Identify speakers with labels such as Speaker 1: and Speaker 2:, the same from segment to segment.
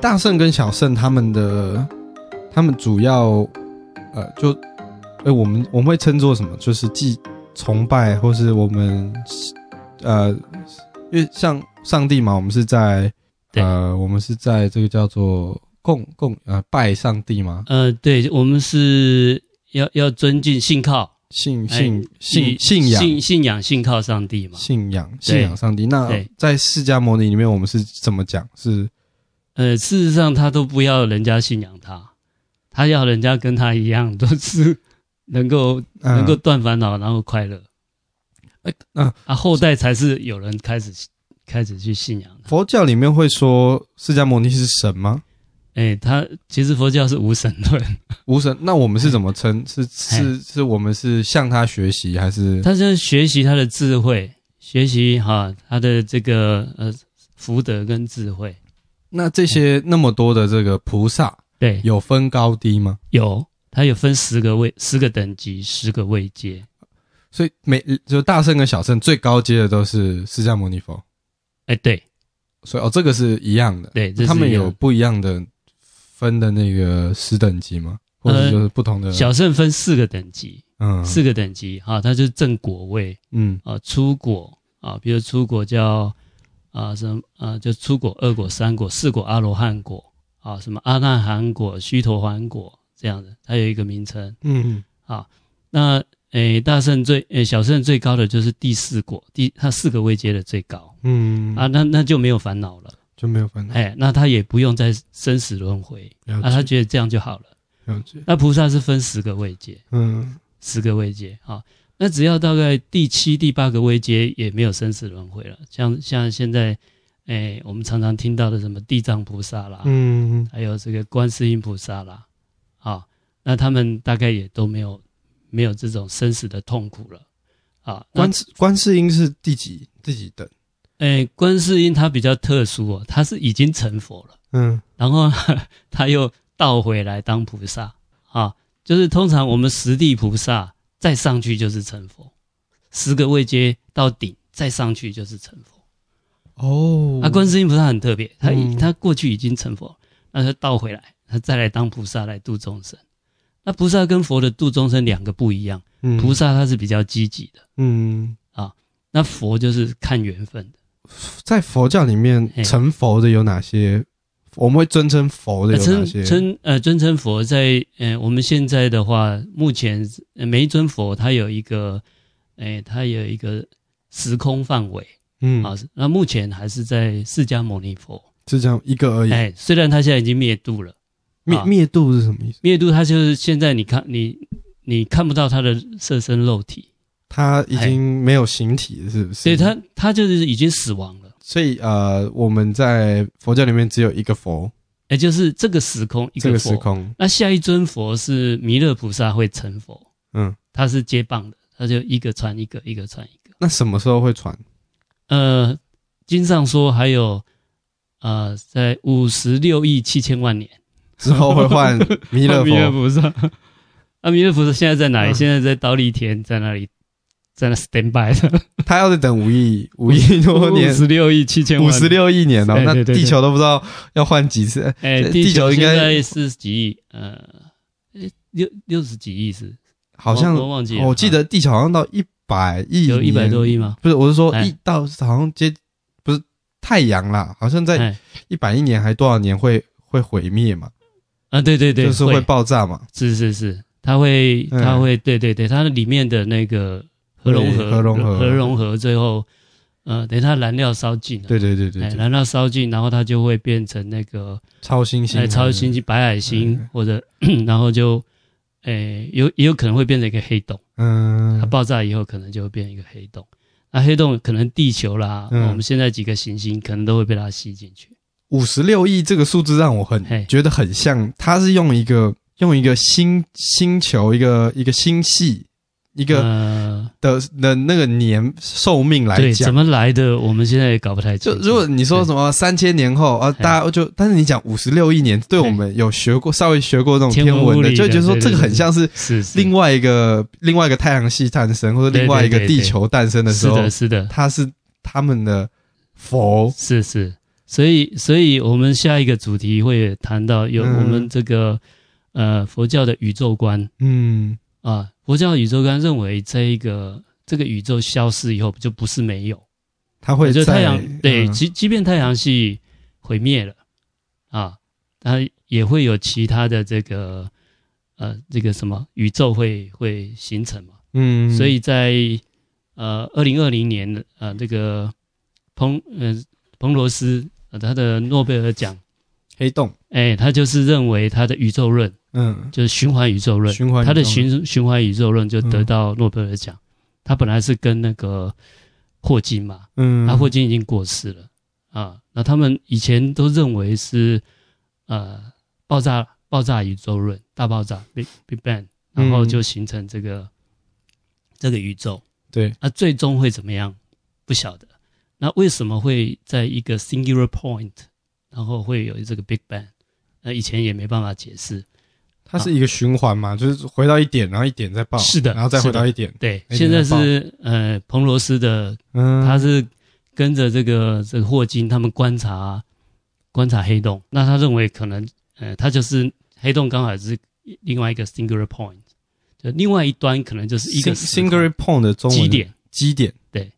Speaker 1: 大圣跟小圣他们的，他们主要呃，就哎、我们我们会称作什么？就是既崇拜，或是我们呃，因为像上帝嘛，我们是在
Speaker 2: 对
Speaker 1: 呃，我们是在这个叫做供供呃拜上帝嘛，
Speaker 2: 呃，对，我们是要要尊敬、信靠、
Speaker 1: 信
Speaker 2: 哎
Speaker 1: 信信
Speaker 2: 以
Speaker 1: 信仰
Speaker 2: 信信仰、信靠上帝嘛。
Speaker 1: 信仰
Speaker 2: 对
Speaker 1: 信仰上帝。那
Speaker 2: 对
Speaker 1: 在释迦牟尼里面，我们是怎么讲？是
Speaker 2: 呃，事实上他都不要人家信仰他，他要人家跟他一样，都是能够
Speaker 1: 嗯
Speaker 2: 能够断烦恼，然后快乐。
Speaker 1: 哎嗯
Speaker 2: 啊，后代才是有人开始开始去信仰他。
Speaker 1: 佛教里面会说释迦牟尼是神吗？
Speaker 2: 哎，他其实佛教是无神论，
Speaker 1: 无神？那我们是怎
Speaker 2: 哎
Speaker 1: 么称？是是是我们是向他学习，还是
Speaker 2: 他就是学习他的智慧，学习哈他的这个呃福德跟智慧。
Speaker 1: 那这些那么多的这个菩萨
Speaker 2: 对，
Speaker 1: 有分高低吗？
Speaker 2: 有，它有分十个位、十个等级、十个位阶。
Speaker 1: 所以每就大圣跟小圣最高阶的都是释迦牟尼佛，
Speaker 2: 哎，对
Speaker 1: 所以哦，这个是一样的。
Speaker 2: 对，这是
Speaker 1: 他们
Speaker 2: 一样
Speaker 1: 有不一样的分的那个十等级吗？或者
Speaker 2: 呃
Speaker 1: 就是不同的、
Speaker 2: 小圣分四个等级，
Speaker 1: 嗯
Speaker 2: 四个等级啊，它就是正果位
Speaker 1: 嗯
Speaker 2: 啊，出果啊，比如出果叫啊什么啊，就出果、二果、三果、四果阿罗汉果啊，什么阿那含果、须陀洹果这样的，它有一个名称。啊
Speaker 1: 嗯
Speaker 2: 那诶，大圣最诶小圣最高的就是第四果，第它四个位阶的最高
Speaker 1: 嗯
Speaker 2: 啊，那那就没有烦恼了。
Speaker 1: 就没有烦恼。
Speaker 2: 哎，那他也不用再生死轮回
Speaker 1: 嗯了
Speaker 2: 啊，他
Speaker 1: 解，
Speaker 2: 觉得这样就好了。
Speaker 1: 了解。
Speaker 2: 那菩萨是分十个位阶，
Speaker 1: 嗯，
Speaker 2: 十个位阶啊，那只要大概第七、第八个位阶也没有生死轮回了。像像现在，哎，我们常常听到的什么地藏菩萨啦，
Speaker 1: 嗯，
Speaker 2: 还有这个观世音菩萨啦，啊，那他们大概也都没有没有这种生死的痛苦了啊。那
Speaker 1: 观世观世音是第几第几等？
Speaker 2: 哎，观世音他比较特殊哦，他是已经成佛了。
Speaker 1: 嗯
Speaker 2: 然后他又倒回来当菩萨啊。就是通常我们十地菩萨再上去就是成佛，十个位阶到顶再上去就是成佛。
Speaker 1: 哦
Speaker 2: 啊，观世音菩萨很特别，他已
Speaker 1: 嗯
Speaker 2: 他过去已经成佛，那他倒回来，他再来当菩萨来度众生。那菩萨跟佛的度众生两个不一样，菩萨他是比较积极的，
Speaker 1: 嗯，
Speaker 2: 那佛就是看缘分的。
Speaker 1: 在佛教里面
Speaker 2: 嘿
Speaker 1: 成佛的有哪些？我们会尊称佛的有
Speaker 2: 呃
Speaker 1: 哪
Speaker 2: 称
Speaker 1: 些？
Speaker 2: 称呃尊称佛在呃我们现在的话，目前呃每一尊佛它有一个，诶、它有一个时空范围、
Speaker 1: 嗯，
Speaker 2: 啊。那目前还是在释迦牟尼佛，
Speaker 1: 是这样一个而已。
Speaker 2: 哎、虽然他现在已经灭度了，
Speaker 1: 灭
Speaker 2: 啊
Speaker 1: 灭度是什么意思？
Speaker 2: 灭度他就是现在你看你你看不到他的色身肉体，
Speaker 1: 他已经没有形体了，是不是？
Speaker 2: 所以他他就是已经死亡了，
Speaker 1: 所以呃，我们在佛教里面只有一个佛，
Speaker 2: 也、就是这个时空一
Speaker 1: 这
Speaker 2: 个
Speaker 1: 个
Speaker 2: 佛。
Speaker 1: 时空，
Speaker 2: 那下一尊佛是弥勒菩萨会成佛，
Speaker 1: 嗯，
Speaker 2: 他是接棒的，他就一个传一个，一个传一个。
Speaker 1: 那什么时候会传？
Speaker 2: 呃，经上说还有，呃，在五十六亿七千万年，
Speaker 1: 之后会换弥勒
Speaker 2: 弥勒
Speaker 1: 佛，
Speaker 2: 菩萨，啊，弥勒菩萨现在在哪里？
Speaker 1: 嗯
Speaker 2: 现在在刀立田，在那里，在那 stand by 的，
Speaker 1: 他要再等五亿五亿多年
Speaker 2: 五，十六亿七千万，
Speaker 1: 五十，六亿年哦，
Speaker 2: 对对
Speaker 1: 那
Speaker 2: 对对
Speaker 1: 地球都不知道要换几次。哎
Speaker 2: 哎，
Speaker 1: 这
Speaker 2: 地
Speaker 1: 地球
Speaker 2: 球
Speaker 1: 应
Speaker 2: 现
Speaker 1: 该
Speaker 2: 在是几亿？呃，哎六六十几亿是？
Speaker 1: 好像哦
Speaker 2: 我我忘记了，啊
Speaker 1: 我记得地球好像到一百亿，
Speaker 2: 有一百多，亿吗？
Speaker 1: 不是，我是说
Speaker 2: 哎
Speaker 1: 一到好像接不是太阳啦，好像在
Speaker 2: 哎
Speaker 1: 一百亿年还多少年会会毁灭嘛，
Speaker 2: 啊，对对对，
Speaker 1: 就是会
Speaker 2: 会，
Speaker 1: 爆炸嘛，
Speaker 2: 是是是，它会
Speaker 1: 嗯
Speaker 2: 它会，对对对，它里面的那个核融合
Speaker 1: 对核融合
Speaker 2: 核融合最后，呃，等于它燃料烧尽了，
Speaker 1: 对对对对
Speaker 2: 哎，
Speaker 1: 对，
Speaker 2: 燃料烧尽，然后它就会变成那个
Speaker 1: 超新星
Speaker 2: 哎
Speaker 1: 啊，
Speaker 2: 超新星白矮
Speaker 1: 嗯
Speaker 2: 星，或者 然后就哎有也有可能会变成一个黑洞，它
Speaker 1: 嗯，
Speaker 2: 爆炸以后可能就会变成一个黑洞。那黑洞可能地球啦，
Speaker 1: 嗯
Speaker 2: 我们现在几个行星可能都会被它吸进去。
Speaker 1: 五十六亿这个数字让我很
Speaker 2: 嘿
Speaker 1: 觉得很像，它是用一个用一个星星球一个一个星系一个
Speaker 2: 呃，
Speaker 1: 的的那个年寿命来
Speaker 2: 对，
Speaker 1: 讲
Speaker 2: 怎。么来的，我们现在也搞不太清
Speaker 1: 就
Speaker 2: 楚。
Speaker 1: 如果你说什么三千年后啊，
Speaker 2: 嘿
Speaker 1: 大家就，但是你讲五十六亿年，对我们有学过稍微学过这种
Speaker 2: 天文
Speaker 1: 天文
Speaker 2: 物
Speaker 1: 的，
Speaker 2: 理
Speaker 1: 就
Speaker 2: 的
Speaker 1: 觉得说
Speaker 2: 对
Speaker 1: 这
Speaker 2: 对
Speaker 1: 个很
Speaker 2: 对
Speaker 1: 像是
Speaker 2: 是是
Speaker 1: 另外一个另外一个太阳系诞生，或者
Speaker 2: 对
Speaker 1: 另外一个
Speaker 2: 对对
Speaker 1: 地
Speaker 2: 对
Speaker 1: 球诞生的时
Speaker 2: 是
Speaker 1: 候，
Speaker 2: 的，是的，
Speaker 1: 它是他们的佛，
Speaker 2: 是是，所以，所以我们下一个主题会谈到有
Speaker 1: 嗯
Speaker 2: 我们这个、呃佛教的宇宙观
Speaker 1: 嗯
Speaker 2: 啊，佛教的宇宙观认为这一个这个宇宙消失以后就不是没有，
Speaker 1: 它会
Speaker 2: 就
Speaker 1: 在
Speaker 2: 太阳对，
Speaker 1: 嗯
Speaker 2: 即即便太阳系毁灭了啊，它也会有其他的这个呃这个什么宇宙会会形成嘛。
Speaker 1: 嗯，
Speaker 2: 所以在呃二零二零年的呃这个彭呃彭罗斯、呃、他的诺贝尔奖，
Speaker 1: 黑洞，
Speaker 2: 哎，他就是认为他的宇宙论
Speaker 1: 嗯，
Speaker 2: 就是循环宇宙论，
Speaker 1: 循环
Speaker 2: 他的
Speaker 1: 宇宙
Speaker 2: 循循环宇宙论就得
Speaker 1: 嗯
Speaker 2: 到诺贝尔奖。他本来是跟那个霍金嘛，啊
Speaker 1: 嗯，
Speaker 2: 阿霍金已经过世了啊。那他们以前都认为是呃爆炸爆炸宇宙论，大爆炸 Big Big Bang，然后
Speaker 1: 嗯
Speaker 2: 就形成这个、这个宇宙。
Speaker 1: 对，
Speaker 2: 那、最终会怎么样？不晓得。那为什么会在一个 singular point，然后会有这个 Big Bang？那以前也没办法解释。
Speaker 1: 它是一个循环嘛，就是回到一点，然后一点再爆，
Speaker 2: 是的
Speaker 1: 然后再
Speaker 2: 是
Speaker 1: 回
Speaker 2: 的
Speaker 1: 到一点，
Speaker 2: 对，
Speaker 1: 哎
Speaker 2: 现在
Speaker 1: 你很棒
Speaker 2: 是呃彭罗斯的
Speaker 1: 嗯，
Speaker 2: 他是跟着这个这个霍金他们观察观察黑洞，那他认为可能呃，他就是黑洞刚好是另外一个 singular point，就另外一端可能就是一个
Speaker 1: Sing- singular point 的中文
Speaker 2: 基点
Speaker 1: 基点，
Speaker 2: 对，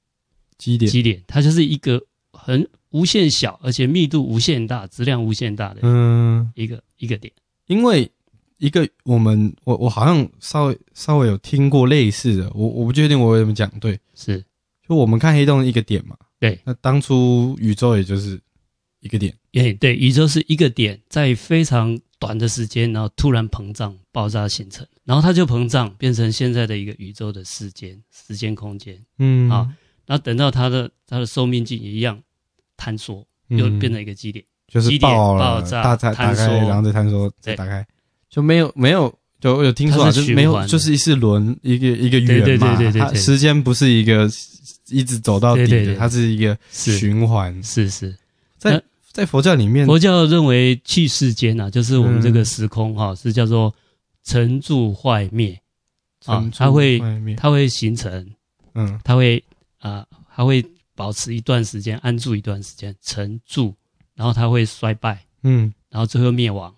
Speaker 1: 基点，
Speaker 2: 基点，它就是一个很无限小，而且密度无限大、质量无限大的
Speaker 1: 嗯，
Speaker 2: 一个、一个点。
Speaker 1: 因为一个我们我我好像稍微稍微有听过类似的，我我不确定我有没有讲对，
Speaker 2: 是
Speaker 1: 就我们看黑洞一个点嘛，
Speaker 2: 对
Speaker 1: 那当初宇宙也就是一个点，
Speaker 2: 也对，宇宙是一个点，在非常短的时间，然后突然膨胀、爆炸形成，然后它就膨胀变成现在的一个宇宙的时间、时间空间。
Speaker 1: 嗯
Speaker 2: 好，然后等到它的它的寿命竟也一样坍缩，
Speaker 1: 嗯
Speaker 2: 又变成一个基点。
Speaker 1: 就是
Speaker 2: 基点
Speaker 1: 爆了，
Speaker 2: 爆炸
Speaker 1: 大炸打
Speaker 2: 坍
Speaker 1: 开，
Speaker 2: 缩
Speaker 1: 然后再坍缩，再
Speaker 2: 对
Speaker 1: 打开，就没有没有。就我有听说啊，
Speaker 2: 它
Speaker 1: 就是是没有
Speaker 2: 循，环的
Speaker 1: 就是一是轮一个一个圆嘛，
Speaker 2: 对对对对对
Speaker 1: 它
Speaker 2: 对
Speaker 1: 时间不是一个一直走到底的，
Speaker 2: 对对对
Speaker 1: 它是一嗯个
Speaker 2: 是
Speaker 1: 循环。
Speaker 2: 是是，
Speaker 1: 在佛教里面，
Speaker 2: 佛教认为去世间啊，就是我们这个时空哈、是叫做成住坏灭，啊
Speaker 1: 成住
Speaker 2: 它会
Speaker 1: 外面
Speaker 2: 它会形成，
Speaker 1: 嗯
Speaker 2: 它会啊、它会保持一段时间，安住一段时间，成住，然后它会衰败，
Speaker 1: 嗯
Speaker 2: 然后最后灭亡。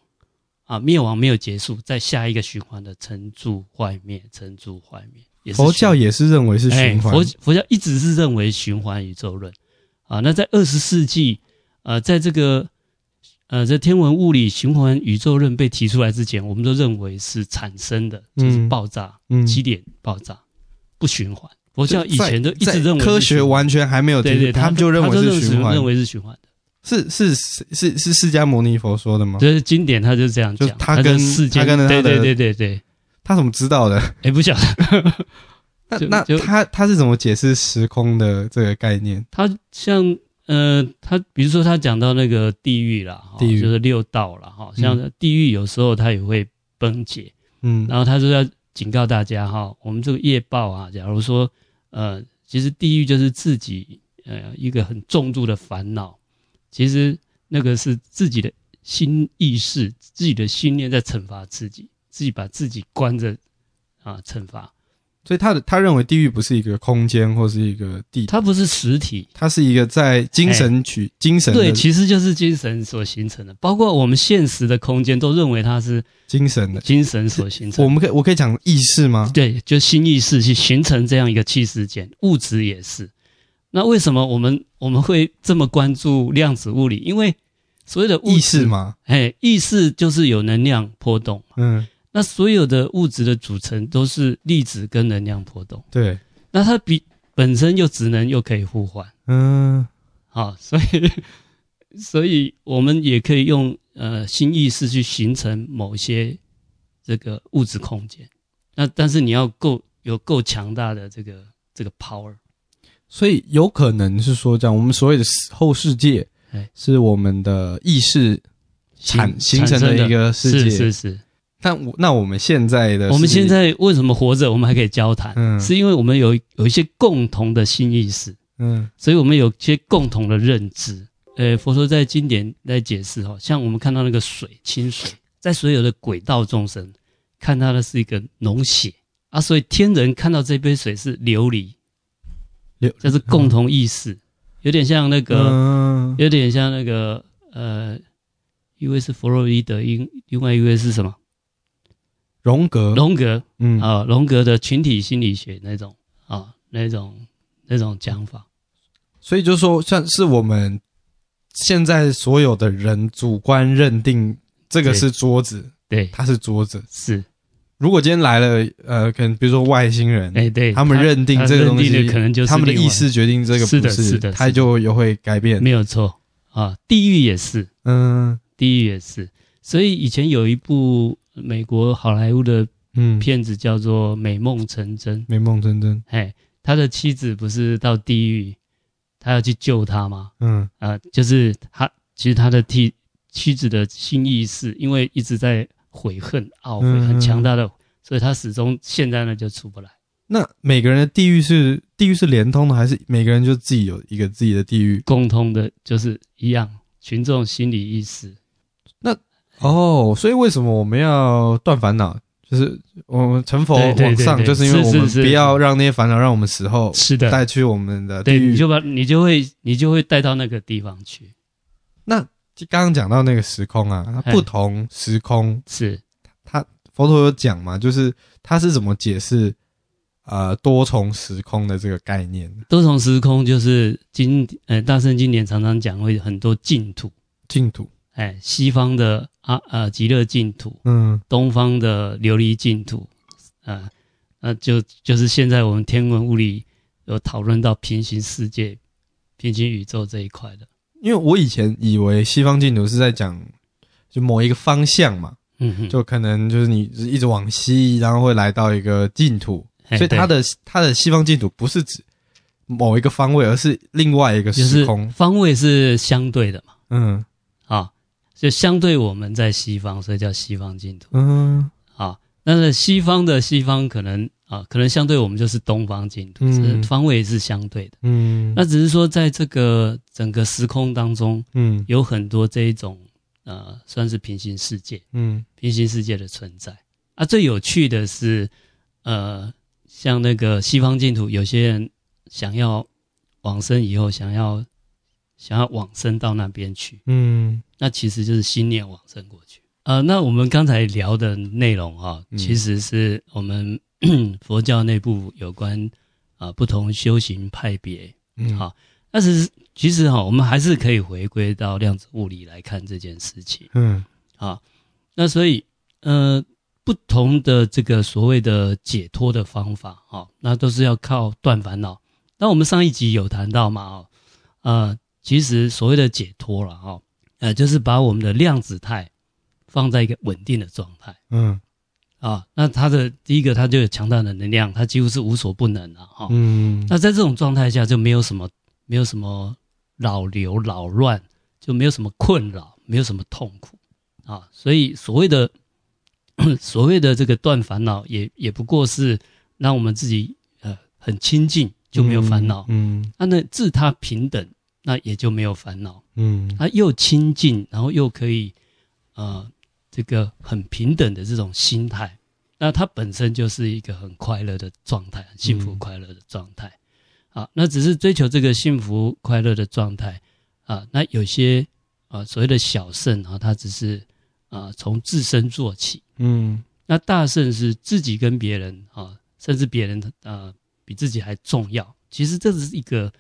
Speaker 2: 啊，灭亡没有结束，在下一个循环的成住坏灭，成住坏灭，也是
Speaker 1: 佛
Speaker 2: 循环
Speaker 1: 教也是认为是循环，
Speaker 2: 哎、佛佛教一直是认为循环宇宙论啊。那在二十世纪，呃，在这个呃在天文物理循环宇宙论被提出来之前，我们都认为是产生的，就是
Speaker 1: 嗯
Speaker 2: 爆炸、
Speaker 1: 嗯
Speaker 2: 基点爆炸不循环。佛教以前都一
Speaker 1: 在
Speaker 2: 直认为是
Speaker 1: 科学
Speaker 2: 循环
Speaker 1: 完全还没有提
Speaker 2: 对对，
Speaker 1: 他们就认为
Speaker 2: 他
Speaker 1: 是
Speaker 2: 是
Speaker 1: 循环，
Speaker 2: 认为是循环的。
Speaker 1: 是是是是是释迦牟尼佛说的吗？
Speaker 2: 就是经典，他就这样
Speaker 1: 哦就
Speaker 2: 讲，
Speaker 1: 是他
Speaker 2: 就
Speaker 1: 跟
Speaker 2: 世间，
Speaker 1: 他跟他
Speaker 2: 对
Speaker 1: 的
Speaker 2: 对对对对，
Speaker 1: 他怎么知道的？
Speaker 2: 哎，不晓得
Speaker 1: 那
Speaker 2: 就
Speaker 1: 那
Speaker 2: 就
Speaker 1: 他他是怎么解释时空的这个概念？
Speaker 2: 他像呃，他比如说他讲到那个地狱啦，哈
Speaker 1: 地狱
Speaker 2: 就是六道啦，哈，
Speaker 1: 嗯
Speaker 2: 像地狱有时候它也会崩解，
Speaker 1: 嗯
Speaker 2: 然后他就要警告大家哈，我们这个业报啊，假如说呃，其实地狱就是自己呃一个很重度的烦恼，其实那个是自己的心意识、自己的信念在惩罚自己，自己把自己关着啊惩罚，
Speaker 1: 所以他的他认为地狱不是一个空间或是一个地，
Speaker 2: 它不是实体，
Speaker 1: 它是一个在精神取精神
Speaker 2: 哎对，
Speaker 1: 的
Speaker 2: 其实就是精神所形成的，包括我们现实的空间都认为它是
Speaker 1: 精神的。
Speaker 2: 精神所形
Speaker 1: 我
Speaker 2: 成的。
Speaker 1: 们可以我可以讲意识吗？
Speaker 2: 对，就新意识去形成这样一个气世间，物质也是。那为什么我们我们会这么关注量子物理？因为所有的物质
Speaker 1: 意识，嘛，
Speaker 2: 哎，意识就是有能量波动。
Speaker 1: 嗯，
Speaker 2: 那所有的物质的组成都是粒子跟能量波动，
Speaker 1: 对，
Speaker 2: 那它比本身又只能又可以互换。
Speaker 1: 嗯
Speaker 2: 好，啊所以所以我们也可以用呃新意识去形成某些这个物质空间。那但是你要够有够强大的这个这个 power，
Speaker 1: 所以有可能是说这样，我们所谓的后世界
Speaker 2: 哎
Speaker 1: 是我们的意识产形成的一个世界。
Speaker 2: 是是是。
Speaker 1: 但我那我们现在的世界，
Speaker 2: 我们现在为什么活着，我们还可以交谈，
Speaker 1: 嗯
Speaker 2: 是因为我们有有一些共同的新意识，
Speaker 1: 嗯
Speaker 2: 所以我们有一些共同的认知。呃，佛陀在经典在解释哈、哦，像我们看到那个水，清水，在所有的鬼道众生看到的是一个脓血啊，所以天人看到这杯水是琉璃
Speaker 1: 琉，
Speaker 2: 这是共同意识，有点像那个、
Speaker 1: 嗯嗯
Speaker 2: 有点像那个呃，一位是弗洛伊德，另另外一位是什么？
Speaker 1: 荣格，
Speaker 2: 荣格
Speaker 1: 嗯，
Speaker 2: 啊，荣格的群体心理学那种啊，那种那种讲法。
Speaker 1: 所以就说，像是我们现在所有的人主观认定这个
Speaker 2: 对
Speaker 1: 是桌子，
Speaker 2: 对，
Speaker 1: 它是桌子。
Speaker 2: 是，
Speaker 1: 如果今天来了，呃，可能比如说外星人，
Speaker 2: 哎，对，
Speaker 1: 他们认定
Speaker 2: 他
Speaker 1: 这个
Speaker 2: 认
Speaker 1: 东
Speaker 2: 定的
Speaker 1: 西，
Speaker 2: 可能就是
Speaker 1: 他们的
Speaker 2: 另外
Speaker 1: 意识决定这个
Speaker 2: 是
Speaker 1: 不
Speaker 2: 的是的
Speaker 1: 它
Speaker 2: 是的
Speaker 1: 就也会改变。
Speaker 2: 没有错啊，地狱也是，
Speaker 1: 嗯
Speaker 2: 地狱也是。所以以前有一部美国好莱坞的
Speaker 1: 嗯，
Speaker 2: 片子叫做《美梦成真》，
Speaker 1: 美梦真真，
Speaker 2: 哎，他的妻子不是到地狱，他要去救他吗？
Speaker 1: 嗯
Speaker 2: 啊，就是他其实他的替妻子的心意识，因为一直在悔恨、懊悔，
Speaker 1: 嗯
Speaker 2: 很强大的，所以他始终现在呢就出不来。
Speaker 1: 那每个人的地狱是地狱是连通的，还是每个人就自己有一个自己的地狱？
Speaker 2: 共通的就是一样，群众心理意识。
Speaker 1: 哦，所以为什么我们要断烦恼？就是我们成佛
Speaker 2: 对对
Speaker 1: 往上，
Speaker 2: 对
Speaker 1: 就
Speaker 2: 对
Speaker 1: 是因为
Speaker 2: 是
Speaker 1: 我们
Speaker 2: 是是
Speaker 1: 不要让那些烦恼让我们死后
Speaker 2: 是的，
Speaker 1: 带去我们的地
Speaker 2: 对，你
Speaker 1: 狱。
Speaker 2: 就把你就会你就会带到那个地方去。
Speaker 1: 就刚刚讲到那个时空啊，它
Speaker 2: 嘿
Speaker 1: 不同时空，
Speaker 2: 是
Speaker 1: 佛陀有讲嘛，就是他是怎么解释呃多重时空的这个概念的
Speaker 2: 多重时空，就是今呃大圣经典常常讲会很多净土，
Speaker 1: 净土？
Speaker 2: 哎，西方的啊呃极乐净土，
Speaker 1: 嗯
Speaker 2: 东方的琉璃净土，啊、那就就是现在我们天文物理有讨论到平行世界、平行宇宙这一块的，
Speaker 1: 因为我以前以为西方净土是在讲就某一个方向嘛，
Speaker 2: 嗯哼，
Speaker 1: 就可能就是你一直往西，然后会来到一个净土，
Speaker 2: 嘿
Speaker 1: 所以它的它的西方净土不是指某一个方位，而是另外一个
Speaker 2: 对就
Speaker 1: 时
Speaker 2: 是
Speaker 1: 空。
Speaker 2: 方位是相对的嘛，
Speaker 1: 嗯
Speaker 2: 啊，就相对我们在西方，所以叫西方净土
Speaker 1: 嗯
Speaker 2: 啊。但是西方的西方可能啊，可能相对我们就是东方净土，
Speaker 1: 嗯
Speaker 2: 只是方位是相对的。
Speaker 1: 嗯，
Speaker 2: 那只是说，在这个整个时空当中，
Speaker 1: 嗯
Speaker 2: 有很多这一种呃，算是平行世界。
Speaker 1: 嗯
Speaker 2: 平行世界的存在啊。最有趣的是，呃，像那个西方净土，有些人想要往生以后，想要想要往生到那边去，
Speaker 1: 嗯
Speaker 2: 那其实就是心念往生过去。呃，那我们刚才聊的内容啊，
Speaker 1: 嗯
Speaker 2: 其实是我们 佛教内部有关啊、呃不同修行派别。
Speaker 1: 嗯，
Speaker 2: 好但是其实哈、我们还是可以回归到量子物理来看这件事情。
Speaker 1: 嗯
Speaker 2: 啊。那所以，呃，不同的这个所谓的解脱的方法啊，那都是要靠断烦恼。那我们上一集有谈到嘛，哦，呃，其实所谓的解脱了哈，呃，就是把我们的量子态放在一个稳定的状态
Speaker 1: 嗯
Speaker 2: 啊。那它的第一个，它就有强大的能量，它几乎是无所不能的哈、
Speaker 1: 嗯
Speaker 2: 那在这种状态下，就没有什么没有什么扰流扰乱，就没有什么困扰，没有什么痛苦啊。所以所谓的 所谓的这个断烦恼也，也不过是让我们自己呃很清净，就没有烦恼。
Speaker 1: 嗯
Speaker 2: 那那自他平等，那也就没有烦恼。
Speaker 1: 嗯
Speaker 2: 他啊又清净，然后又可以呃这个很平等的这种心态，那它本身就是一个很快乐的状态，很幸福
Speaker 1: 嗯
Speaker 2: 快乐的状态。啊，那只是追求这个幸福快乐的状态啊。那有些啊所谓的小圣啊，他只是啊从自身做起。
Speaker 1: 嗯
Speaker 2: 那大圣是自己跟别人啊，甚至别人啊比自己还重要。其实这只是一个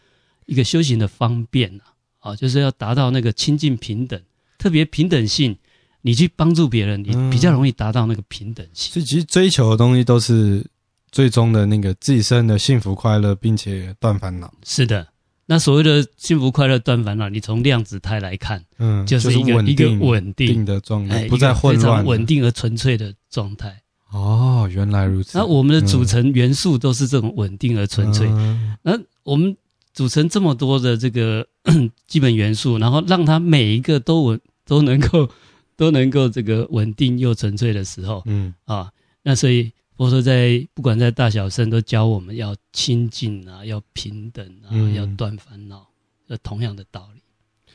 Speaker 2: 一个修行的方便啊，啊，就是要达到那个清净平等，特别平等性。你去帮助别人，你
Speaker 1: 嗯
Speaker 2: 比较容易达到那个平等性。
Speaker 1: 所以其实追求的东西都是最终的那个自身的幸福快乐，并且断烦恼。
Speaker 2: 是的，那所谓的幸福快乐断烦恼，你从量子态来看，
Speaker 1: 嗯，
Speaker 2: 就是一个
Speaker 1: 稳
Speaker 2: 一个
Speaker 1: 定
Speaker 2: 稳定
Speaker 1: 定，的状
Speaker 2: 哎
Speaker 1: 态，不再混
Speaker 2: 一个非常
Speaker 1: 乱。
Speaker 2: 稳。定而纯粹的状态。
Speaker 1: 哦，原来如此。
Speaker 2: 那我们的组成元素都是这种稳定而纯粹。
Speaker 1: 嗯
Speaker 2: 那我们组成这么多的这个 基本元素，然后让它每一个都稳都能够 都能够这个稳定又纯粹的时候
Speaker 1: 嗯
Speaker 2: 啊，那所以佛陀在不管在大小圣都教我们要清净啊，要平等啊，
Speaker 1: 嗯
Speaker 2: 要断烦恼，呃，同样的道理。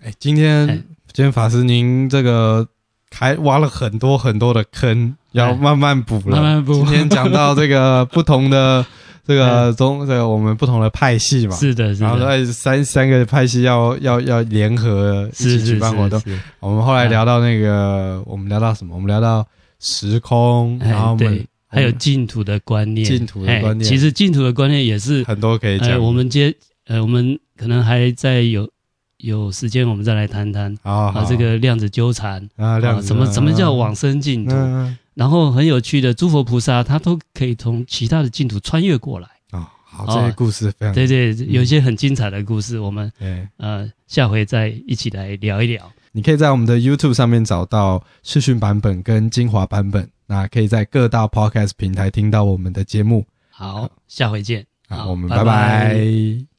Speaker 1: 哎，今天
Speaker 2: 哎
Speaker 1: 今天法师您这个还挖了很多很多的坑，要
Speaker 2: 哎
Speaker 1: 慢慢补了。
Speaker 2: 慢慢补
Speaker 1: 今天讲到这个不同 的这个中这个我们不同的派系嘛，
Speaker 2: 是的，是
Speaker 1: 然后
Speaker 2: 的，
Speaker 1: 在三三个派系要要要联合一起
Speaker 2: 是是
Speaker 1: 举办活动
Speaker 2: 是。是，
Speaker 1: 我们后来
Speaker 2: 啊
Speaker 1: 聊到那个，我们聊到什么？我们聊到时空，
Speaker 2: 哎
Speaker 1: 然后我们
Speaker 2: 对还有
Speaker 1: 我们
Speaker 2: 净土的观念，
Speaker 1: 嗯净土的
Speaker 2: 哎
Speaker 1: 观念
Speaker 2: 其实净土的观念也是
Speaker 1: 很多可以
Speaker 2: 呃，
Speaker 1: 讲。
Speaker 2: 我们接呃，我们可能还在有有时间，我们再来谈谈
Speaker 1: 好好
Speaker 2: 啊，这个量子纠缠
Speaker 1: 啊，量
Speaker 2: 啊，
Speaker 1: 子
Speaker 2: 怎么怎么叫
Speaker 1: 网？
Speaker 2: 往生净土？
Speaker 1: 嗯
Speaker 2: 然后很有趣的，诸佛菩萨他都可以从其他的净土穿越过来。
Speaker 1: 哦，好，
Speaker 2: 哦
Speaker 1: 这些故事非常哎
Speaker 2: 对对，
Speaker 1: 嗯
Speaker 2: 有一些很精彩的故事，我们
Speaker 1: 对。
Speaker 2: 呃下回再一起来聊一聊。
Speaker 1: 你可以在我们的 YouTube 上面找到视讯版本跟精华版本，那可以在各大 Podcast 平台听到我们的节目。
Speaker 2: 好，下回见。
Speaker 1: 啊，
Speaker 2: 好
Speaker 1: 我们
Speaker 2: 拜
Speaker 1: 拜
Speaker 2: 拜
Speaker 1: 拜